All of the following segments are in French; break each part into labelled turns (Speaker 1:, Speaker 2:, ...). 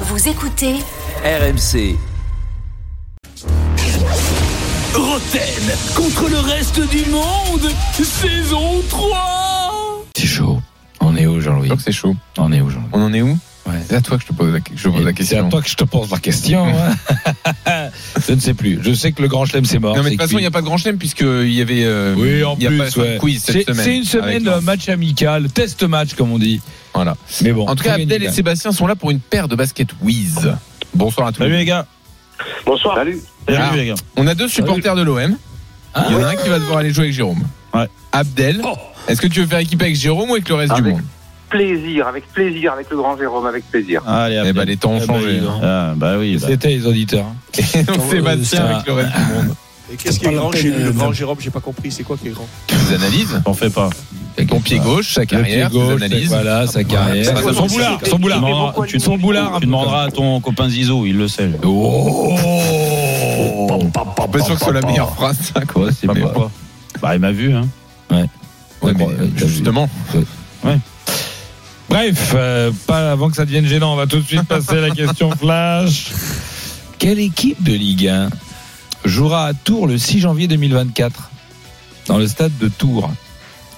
Speaker 1: Vous écoutez
Speaker 2: RMC. Roten contre le reste du monde, saison 3
Speaker 3: C'est chaud. On est où, Jean-Louis
Speaker 4: Donc c'est chaud.
Speaker 3: On est où, Jean-Louis
Speaker 4: On en est où
Speaker 3: Ouais.
Speaker 4: C'est à toi que je te pose la, que je te pose
Speaker 3: Et
Speaker 4: la
Speaker 3: C'est
Speaker 4: question.
Speaker 3: à toi que je te pose la question. hein. je ne sais plus. Je sais que le Grand Chelem, c'est mort.
Speaker 4: Non mais de
Speaker 3: c'est
Speaker 4: toute façon, il
Speaker 3: cuit.
Speaker 4: n'y a pas de grand chelem puisqu'il y avait euh,
Speaker 3: Oui, en
Speaker 4: il y a
Speaker 3: plus,
Speaker 4: pas
Speaker 3: ouais.
Speaker 4: de quiz cette
Speaker 3: C'est-
Speaker 4: semaine.
Speaker 3: c'est une
Speaker 4: avec
Speaker 3: semaine
Speaker 4: Lens.
Speaker 3: euh, match amical, test match, comme on dit.
Speaker 4: Voilà.
Speaker 3: Mais bon.
Speaker 4: En tout cas,
Speaker 3: très bien,
Speaker 4: Abdel et
Speaker 3: Nicolas.
Speaker 4: Sébastien sont là pour une paire de baskets Wiz. Bonsoir à tous.
Speaker 3: Salut les gars.
Speaker 5: Bonsoir. Salut.
Speaker 4: Ah.
Speaker 3: Salut les gars.
Speaker 4: On a deux supporters de l'OM. Il y en a un qui va devoir aller jouer avec Jérôme.
Speaker 3: Ah Ouais.
Speaker 4: Abdel, est-ce que tu veux faire équipe avec Jérôme ou avec le reste du
Speaker 5: Oh. Avec
Speaker 4: monde
Speaker 5: Plaisir, avec plaisir, avec le grand Jérôme, avec plaisir.
Speaker 3: Ah,
Speaker 6: Allez,
Speaker 4: Eh ben les temps ont changé. hein.
Speaker 6: Ah, bah oui. bah.
Speaker 3: C'était les auditeurs.
Speaker 4: Et donc Sébastien
Speaker 3: Euh, Ça-
Speaker 4: avec le reste du monde.
Speaker 7: Et qu'est-ce qui est grand chez lui Le grand Jérôme, j'ai pas compris. C'est quoi qui est grand
Speaker 4: Tes analyses,
Speaker 6: T'en fais pas.
Speaker 4: ton pied gauche, sa
Speaker 3: Ah. Le
Speaker 4: carrière,
Speaker 3: pied
Speaker 4: tes
Speaker 3: gauche,
Speaker 4: analyses.
Speaker 3: Voilà, sa carrière.
Speaker 4: ça, ça,
Speaker 3: son
Speaker 4: ça,
Speaker 3: boulard.
Speaker 5: ça,
Speaker 3: Son
Speaker 6: Tu
Speaker 3: boulard.
Speaker 6: demanderas-
Speaker 5: beaucoup à
Speaker 6: tu-
Speaker 5: lui.
Speaker 6: son boulard, tu Bah, demanderas à ton copain Zizou, il le sait.
Speaker 4: Oh. Pas sûr que ce soit la meilleure phrase. ça, quoi.
Speaker 6: Ouais, c'est
Speaker 4: Mais
Speaker 6: pas quoi. Bah, il m'a vu, hein.
Speaker 4: Ouais, mais,
Speaker 3: Ouais,
Speaker 4: euh, justement.
Speaker 3: Bref, euh, pas avant que ça devienne gênant, on va tout de suite passer à la question flash. Quelle équipe de Ligue 1 jouera à Tours le 6 janvier 2024 dans le stade de Tours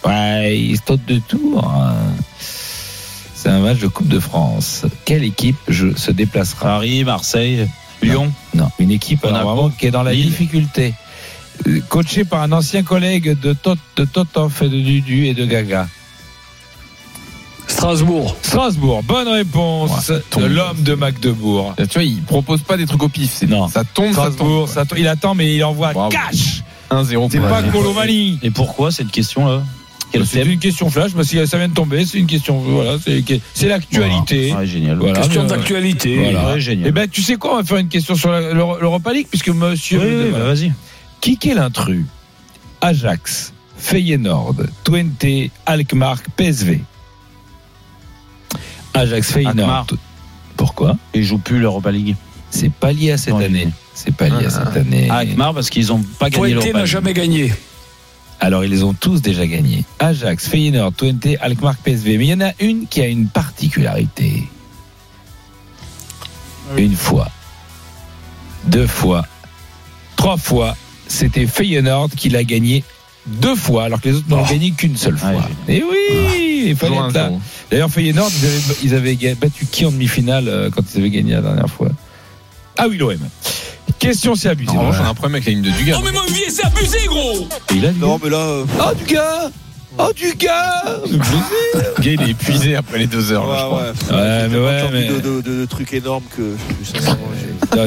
Speaker 3: Ouais, le stade de Tours. hein. C'est un match de Coupe de France. Quelle équipe je- se déplacera
Speaker 6: Paris, Marseille, Lyon.
Speaker 3: Non, une équipe
Speaker 6: Monaco.
Speaker 3: normalement qui est dans la
Speaker 6: Lille.
Speaker 3: difficulté. Euh, Coachée par un ancien collègue de Tot, de Totoff, de Dudu et de Gaga.
Speaker 2: Strasbourg.
Speaker 3: Strasbourg, bonne réponse
Speaker 4: Ouais, tombe.
Speaker 3: de l'homme de Magdebourg.
Speaker 4: Là, tu vois, il propose pas des trucs au pif. c'est-
Speaker 6: Non.
Speaker 4: Ça tombe, ça tombe.
Speaker 3: Strasbourg, ça to- il attend mais il envoie
Speaker 4: Bravo.
Speaker 3: cash.
Speaker 4: 1-0.
Speaker 3: C'est
Speaker 4: pour
Speaker 3: pas
Speaker 4: la-
Speaker 3: Colomani.
Speaker 6: Et pourquoi cette question-là Quel
Speaker 3: C'est
Speaker 6: thème
Speaker 3: une question flash parce que ça vient de tomber. C'est une question, voilà, c'est c'est l'actualité.
Speaker 6: Ah, génial.
Speaker 3: Voilà.
Speaker 2: Question
Speaker 3: mais, euh,
Speaker 2: d'actualité.
Speaker 3: voilà.
Speaker 6: Ouais,
Speaker 3: Eh
Speaker 6: génial.
Speaker 3: ben, tu sais quoi, on va faire une question sur la- l'Euro- l'Europa League puisque Monsieur,
Speaker 6: Oui, oui, bah, vas-y.
Speaker 3: qui qu'est l'intrus Ajax, Feyenoord, Twente, Alkmaar, PSV. Ajax,
Speaker 6: Alkmaar.
Speaker 3: Feyenoord. Pourquoi
Speaker 6: Ils jouent plus l'Europa League.
Speaker 3: C'est pas lié à cette
Speaker 6: Non,
Speaker 3: année.
Speaker 6: Ligue.
Speaker 3: C'est pas lié à cette année.
Speaker 6: Ah, Akmar, parce qu'ils ont pas gagné
Speaker 2: Pointé
Speaker 6: l'Europa
Speaker 2: n'a
Speaker 6: League.
Speaker 2: jamais gagné.
Speaker 3: Alors ils les ont tous déjà gagnés. Ajax, Feyenoord, Twente, Alkmaar, PSV. Mais il y en a une qui a une particularité. Une fois, deux fois, trois fois, c'était Feyenoord qui l'a gagné deux fois, alors que les autres n'ont gagné qu'une seule fois.
Speaker 6: Ouais,
Speaker 3: Et oui, il fallait
Speaker 4: Toujours
Speaker 3: être là.
Speaker 4: 1-0.
Speaker 3: D'ailleurs, Feyenoord, ils avaient, ils avaient ga- battu qui en demi-finale euh, quand ils avaient gagné la dernière fois Ah oui, l'OM. Question, c'est abusé.
Speaker 4: En revanche, on a un problème avec la ligne de Dugas.
Speaker 2: Oh mais mon vieil, c'est abusé gros
Speaker 3: Et il a dit-
Speaker 7: Non, mais là, euh,
Speaker 3: Oh du gars Oh du gars
Speaker 4: Le gars, il est épuisé après les deux heures. là, je crois.
Speaker 7: ouais, ouais.
Speaker 3: Ouais, mais
Speaker 7: J'ai
Speaker 3: ouais,
Speaker 7: entendu
Speaker 3: mais-
Speaker 7: de, de- de- de trucs énormes que. sincèrement, j'ai-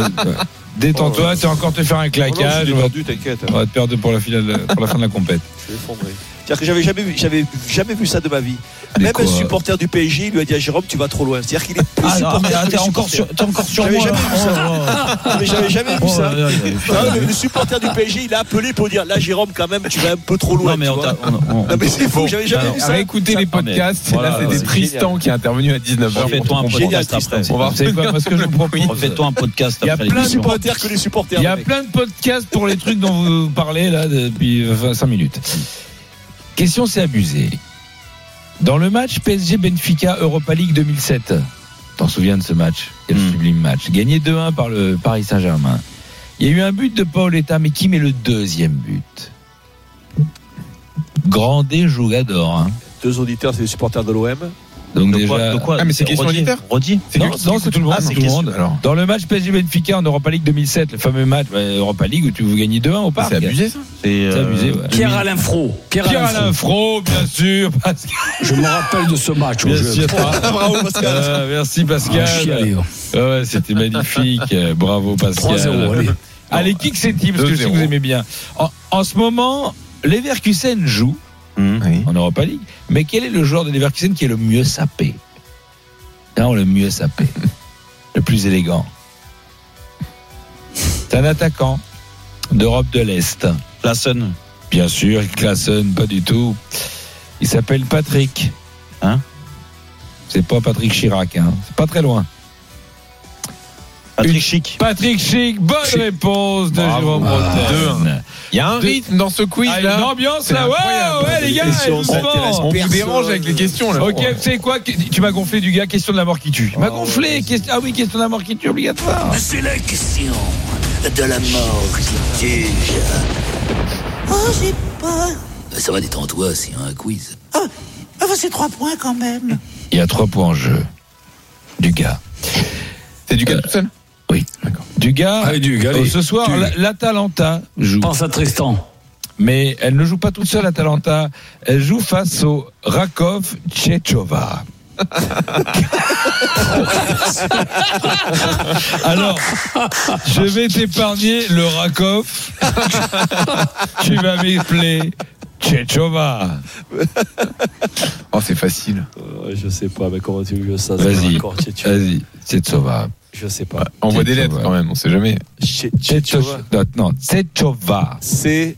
Speaker 3: Détends-toi, tu vas encore te faire un
Speaker 7: Oh non,
Speaker 3: claquage.
Speaker 7: j'ai
Speaker 3: on va-
Speaker 7: perdu, t'inquiète.
Speaker 3: on va te perdre pour la, finale, pour la fin de la compète.
Speaker 7: Je suis effondré. C'est-à-dire que j'avais jamais, vu- j'avais jamais vu ça de ma vie.
Speaker 3: Mais
Speaker 7: Même
Speaker 3: quoi
Speaker 7: un supporter du PSG il lui a dit à Jérôme, tu vas trop loin. C'est-à-dire qu'il est
Speaker 6: Ah,
Speaker 7: plus
Speaker 6: non,
Speaker 7: supporter
Speaker 6: mais t'es
Speaker 7: que les
Speaker 6: encore sur,
Speaker 7: supporters.
Speaker 6: t'es encore sur
Speaker 7: J'avais
Speaker 6: moi.
Speaker 7: jamais vu
Speaker 6: là.
Speaker 7: Mais J'avais jamais
Speaker 6: Oh,
Speaker 7: vu ça.
Speaker 6: là, là, là.
Speaker 7: Non, le, le supporter du PSG, il a appelé pour dire là, Jérôme, quand même, tu vas un peu trop loin.
Speaker 6: Non, mais
Speaker 7: oh, tu
Speaker 6: on
Speaker 7: vois.
Speaker 6: t'a- on- on-
Speaker 7: Non, mais c'est fou, j'avais jamais
Speaker 6: Alors,
Speaker 7: vu
Speaker 4: À
Speaker 7: ça.
Speaker 4: réécouter
Speaker 7: Ça-
Speaker 4: les
Speaker 6: non, mais
Speaker 4: podcasts,
Speaker 6: voilà,
Speaker 4: là, c'était
Speaker 6: c'est
Speaker 4: Tristan qui est intervenu à 19h.
Speaker 6: Refais-toi un
Speaker 7: Génial,
Speaker 6: podcast
Speaker 7: Tristan.
Speaker 6: après.
Speaker 3: On va c'est quoi, parce que je vous propose.
Speaker 6: Refais-toi un podcast
Speaker 3: Il y a
Speaker 6: après.
Speaker 3: plein de
Speaker 6: l'émission.
Speaker 7: supporter que les supporters.
Speaker 3: Il y
Speaker 7: le
Speaker 3: a
Speaker 7: mec.
Speaker 3: plein de podcasts pour les trucs dont vous parlez là depuis 5 minutes. Question, c'est abusé. Dans le match PSG-Benfica Europa League 2007, t'en souviens de ce match Quel
Speaker 6: Hmm.
Speaker 3: sublime match. Gagné 2-1 par le Paris Saint-Germain. Il y a eu un but de Paoletta, mais qui met le deuxième but Grandé Jougador. hein.
Speaker 7: Deux auditeurs, c'est les supporters de l'OM.
Speaker 3: Donc
Speaker 6: De
Speaker 3: déjà,
Speaker 6: quoi, de quoi
Speaker 4: Ah, mais c'est question
Speaker 6: Redis,
Speaker 4: militaire
Speaker 6: Redis.
Speaker 3: Non, non, c'est tout le monde.
Speaker 6: Ah, c'est
Speaker 3: tout le
Speaker 6: question.
Speaker 3: monde.
Speaker 4: Alors.
Speaker 3: Dans le match PSG Benfica en Europa League 2007, le fameux match bah, Europa League où tu vous gagnez 2-1 au parc.
Speaker 4: C'est abusé, ça
Speaker 6: C'est euh,
Speaker 3: C'est abusé, ouais.
Speaker 2: Pierre-Alain Fro.
Speaker 3: Pierre-Alain Fro, bien sûr. Pascal.
Speaker 2: Je me rappelle de ce match.
Speaker 3: Bien
Speaker 2: Je-
Speaker 3: sûr.
Speaker 7: Bravo, Pascal.
Speaker 3: Euh, merci
Speaker 2: Ah,
Speaker 3: Pascal.
Speaker 2: chialer.
Speaker 3: Ouais, c'était magnifique. Euh, Bravo Pascal.
Speaker 2: 3-0, allez.
Speaker 3: Allez, qui que c'est team parce que je sais que
Speaker 4: 2-0.
Speaker 3: vous aimez bien. En, en ce moment, Leverkusen joue
Speaker 6: hum.
Speaker 3: en Europa League, mais quel est le joueur de Leverkusen qui est le mieux sapé Non, le mieux sapé. Le plus élégant. C'est un attaquant d'Europe de l'Est.
Speaker 6: Lassen.
Speaker 3: Bien sûr, Klassen, pas du tout. Il s'appelle Patrick.
Speaker 6: Hein
Speaker 3: C'est pas Patrick Chirac, hein. C'est pas très loin.
Speaker 6: Patrick Chic.
Speaker 3: Patrick Chic, Ah, bonne réponse de Jérôme Rotten.
Speaker 4: Il y a un
Speaker 3: Deux.
Speaker 4: rythme dans ce quiz
Speaker 3: Ah, il y a une
Speaker 4: là.
Speaker 3: ambiance
Speaker 4: C'est
Speaker 3: là, ouais,
Speaker 4: incroyable.
Speaker 3: ouais les gars,
Speaker 7: Les questions, ça
Speaker 3: doucement.
Speaker 7: intéresse
Speaker 4: On vous
Speaker 7: Personne.
Speaker 4: dérange avec les questions là.
Speaker 3: Ok, tu sais quoi que- Tu m'as gonflé du gars, question de la mort qui tue. Tu m'as gonflé, question- ah oui, question de la mort qui tue obligatoire.
Speaker 1: C'est la question de la mort qui tue.
Speaker 8: Oh, j'ai peur.
Speaker 1: Bah, Ça va détends-toi, c'est un quiz.
Speaker 8: Ah, enfin, c'est trois points quand même.
Speaker 3: Il y a trois points en jeu. Du gars. Euh,
Speaker 4: C'est du gars tout seul.
Speaker 3: Du gars. euh,
Speaker 2: Allez, Duc, allez.
Speaker 3: ce soir,
Speaker 2: Tu-
Speaker 3: la- l'Atalanta joue.
Speaker 2: Pense à Tristan.
Speaker 3: Mais elle ne joue pas toute seule, Atalanta. Elle joue face au Rakov Tchechova. Alors, je vais t'épargner le Rakov. tu vas m'appeler Tchechova.
Speaker 4: Oh, c'est facile.
Speaker 7: Euh, je sais pas, mais comment tu veux ça
Speaker 3: Vas-y. Vas-y, Tchechova.
Speaker 7: Je sais pas.
Speaker 4: On voit
Speaker 3: C'est
Speaker 4: des
Speaker 3: chaud,
Speaker 4: lettres
Speaker 3: ouais.
Speaker 4: quand même, on sait jamais.
Speaker 7: Tchétchova.
Speaker 3: Non, Tchechova.
Speaker 7: C'est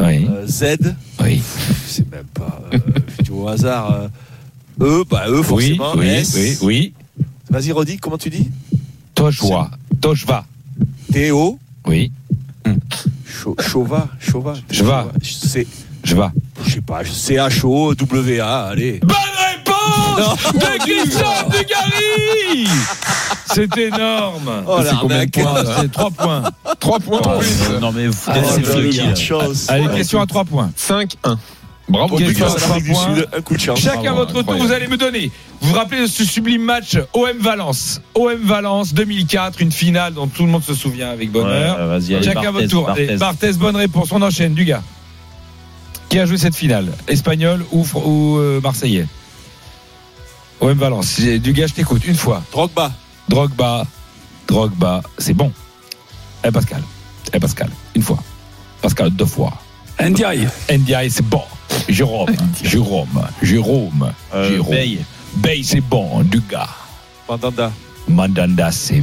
Speaker 3: Oui,
Speaker 7: euh, Z.
Speaker 3: oui.
Speaker 7: C'est même pas euh, du au hasard. euh, E, bah E
Speaker 3: Oui,
Speaker 7: forcément.
Speaker 3: oui,
Speaker 7: S.
Speaker 3: oui, oui.
Speaker 7: Vas-y, redis, comment tu dis
Speaker 3: Tojva. Tojva.
Speaker 7: Théo.
Speaker 3: Oui,
Speaker 7: Chova. Chova.
Speaker 3: Chova.
Speaker 7: C'est,
Speaker 3: je vais.
Speaker 7: je sais pas, C-H-O-W-A, allez.
Speaker 3: Bonne réponse de Christophe Dugarry C'est énorme
Speaker 7: Oh,
Speaker 3: C'est combien de
Speaker 7: l'arnaque.
Speaker 3: points là C'est 3 popoints.
Speaker 4: 3 points
Speaker 6: Ah,
Speaker 4: en plus.
Speaker 6: Non mais vous foutez
Speaker 7: Oh,
Speaker 6: c'est
Speaker 7: bah,
Speaker 6: le
Speaker 7: quelle
Speaker 6: qui
Speaker 7: chance.
Speaker 3: Allez, question à 3 points.
Speaker 4: 5-1. Bravo.
Speaker 3: Quel
Speaker 4: Duc.
Speaker 3: joueur
Speaker 7: Grâce à
Speaker 3: trois
Speaker 7: l'Afrique du
Speaker 3: points.
Speaker 7: Sud, un coup de chance.
Speaker 3: Chacun à votre tour,
Speaker 4: incroyable.
Speaker 3: vous allez me donner. Vous vous rappelez de ce sublime match OM Valence. OM Valence 2004, une finale dont tout le monde se souvient avec bonheur.
Speaker 6: Vas-y, allez,
Speaker 3: Chacun à votre
Speaker 6: Barthez,
Speaker 3: tour. Allez,
Speaker 6: Barthez.
Speaker 3: Barthez, bonne réponse. On enchaîne, Dugas. Qui a joué cette finale Espagnol ou, Fr- ou euh, Marseillais OM Valence. Dugas, je t'écoute. Une fois.
Speaker 7: Drogba.
Speaker 3: Drogba, Drogba, c'est bon. Eh Pascal, eh Pascal, une fois. Pascal, deux fois.
Speaker 2: Ndiaye.
Speaker 3: Ndiaye, c'est bon. Jérôme, Jérôme, Jérôme,
Speaker 6: Euh,
Speaker 3: Jérôme.
Speaker 6: Veil.
Speaker 3: Bay, c'est bon. Dugas,
Speaker 7: Mandanda.
Speaker 3: Mandanda, c'est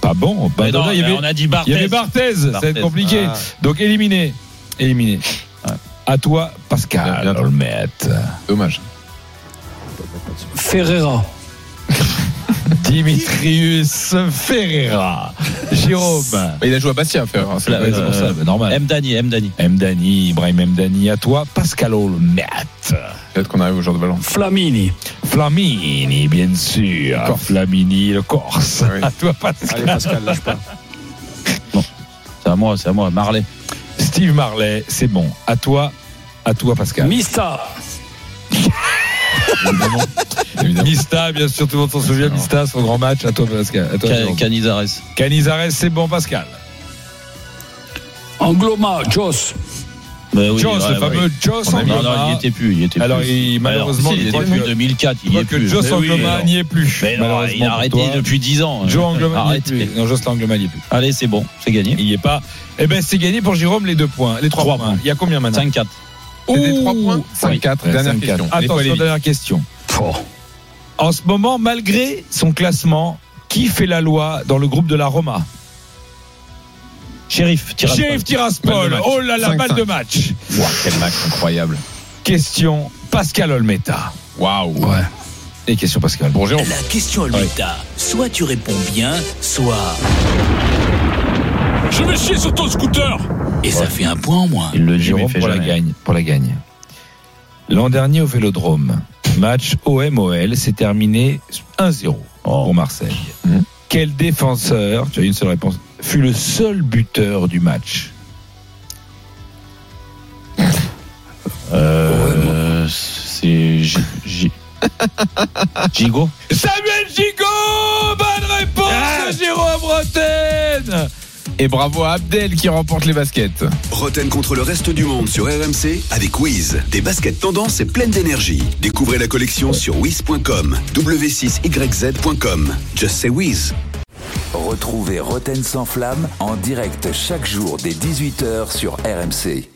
Speaker 3: pas bon.
Speaker 6: Mais non,
Speaker 3: Mandanda, il y
Speaker 6: mais
Speaker 3: avait,
Speaker 6: on a dit
Speaker 3: il y avait
Speaker 6: Barthez.
Speaker 3: Barthez, ça va être
Speaker 6: Barthez.
Speaker 3: compliqué.
Speaker 7: Ah.
Speaker 3: Donc éliminé, éliminé.
Speaker 6: Ouais.
Speaker 3: À toi, Pascal,
Speaker 4: Bien, bien, bien.
Speaker 3: Olmet.
Speaker 4: Dommage.
Speaker 2: Ferreira.
Speaker 3: Dimitrius Ferreira, Jérôme.
Speaker 4: Mais Il a joué à Bastia, frère. hein, C'est
Speaker 6: Là,
Speaker 4: pas-
Speaker 3: Ouais, c'est pour ça,
Speaker 6: Euh,
Speaker 3: bah, normal.
Speaker 6: M. Dani, M. Dani.
Speaker 3: M. Dani, Ibrahim M. Dani, à toi, Pascal Olmet.
Speaker 4: Peut-être qu'on arrive au genre de Valence.
Speaker 2: Flamini.
Speaker 3: Flamini, bien sûr.
Speaker 4: Corse.
Speaker 3: Flamini, le Corse.
Speaker 6: Ah
Speaker 4: oui.
Speaker 3: À toi, Pascal.
Speaker 7: Allez, Pascal, lâche pas.
Speaker 6: C'est à moi, c'est à moi. Marley.
Speaker 3: Steve Marley, c'est bon. À toi, à toi, Pascal.
Speaker 2: Mista.
Speaker 3: Évidemment.
Speaker 4: Évidemment.
Speaker 3: Mista, bien sûr, tout le monde s'en souvient. Mista, son grand match. À toi, Pascal. À toi,
Speaker 6: Ca-
Speaker 3: Jérôme.
Speaker 6: Canizares.
Speaker 3: Canizares, c'est bon, Pascal.
Speaker 2: Angloma. Joss.
Speaker 6: Bah oui,
Speaker 3: Joss,
Speaker 6: ouais,
Speaker 3: le
Speaker 6: ouais,
Speaker 3: fameux
Speaker 6: oui.
Speaker 3: Joss
Speaker 6: Non,
Speaker 3: Angloma.
Speaker 6: non, il n'y était plus. Il était
Speaker 3: Alors,
Speaker 6: plus.
Speaker 3: il- malheureusement,
Speaker 6: Alors, si, il
Speaker 3: je
Speaker 6: était
Speaker 3: crois
Speaker 6: plus
Speaker 3: que-
Speaker 6: 2004.
Speaker 3: Je
Speaker 6: Il
Speaker 3: crois
Speaker 6: est
Speaker 3: que
Speaker 6: plus.
Speaker 3: Joss
Speaker 6: Mais oui,
Speaker 3: Angloma
Speaker 6: alors.
Speaker 3: n'y est plus.
Speaker 6: Mais non, il a
Speaker 3: malheureusement pour
Speaker 6: arrêté
Speaker 3: toi.
Speaker 6: depuis 10 ans. hein.
Speaker 3: Joe Angloma n'y est
Speaker 6: Arrêtez.
Speaker 3: plus. Non, Joss Angloma n'y est plus.
Speaker 6: Allez, c'est bon, c'est gagné.
Speaker 3: Il n'y est pas. Eh ben, c'est gagné pour Jérôme les deux points, les trois,
Speaker 6: Trois
Speaker 3: points.
Speaker 6: points.
Speaker 3: Il y a combien maintenant
Speaker 6: 5-4.
Speaker 4: C'était
Speaker 3: Ouh
Speaker 4: 3 points.
Speaker 3: Oui.
Speaker 4: 5-4.
Speaker 3: Ouais,
Speaker 4: Dernière
Speaker 3: 5-4.
Speaker 4: question. Allez, faut aller
Speaker 3: Attention,
Speaker 4: vite.
Speaker 3: dernière question.
Speaker 2: Pfff.
Speaker 3: En ce moment, malgré son classement, qui fait la loi dans le groupe de la Roma
Speaker 6: Shérif, tirage.
Speaker 3: Sheriff
Speaker 4: Balle de
Speaker 3: Tiraspol.
Speaker 4: match.
Speaker 3: Oh là là,
Speaker 4: 5-5.
Speaker 3: balle de match.
Speaker 4: Ouah, quel match incroyable.
Speaker 3: Question Pascal Olmeta.
Speaker 4: Waouh.
Speaker 3: Et question Pascal.
Speaker 4: Bon, Jérôme.
Speaker 1: La question à l'État. Soit tu réponds bien, soit.
Speaker 2: Je vais chier sur ton scooter.
Speaker 1: Et ça fait un point en moins.
Speaker 6: Il le dit, mais il
Speaker 3: Jérôme
Speaker 6: fait
Speaker 3: pour la
Speaker 6: jamais.
Speaker 3: gagne. Pour la gagne. L'an dernier au Vélodrome, match OM-OL s'est terminé 1-0
Speaker 6: Oh.
Speaker 3: pour Marseille.
Speaker 6: Hmm.
Speaker 4: Mhm.
Speaker 3: Quel défenseur, tu as une seule réponse, fut le seul buteur du match
Speaker 6: Euh, c'est G- G- Gigo.
Speaker 3: Samuel Gigot Bonne réponse
Speaker 6: Ah.
Speaker 3: de Jérôme Roten
Speaker 4: Et bravo à Abdel qui remporte les baskets.
Speaker 9: Roten contre le reste du monde sur RMC avec Wiz. Des baskets tendance et pleines d'énergie. Découvrez la collection sur wiz.com, w6yz.com. Just say Wiz.
Speaker 1: Retrouvez Roten sans flamme en direct chaque jour dès 18h sur RMC.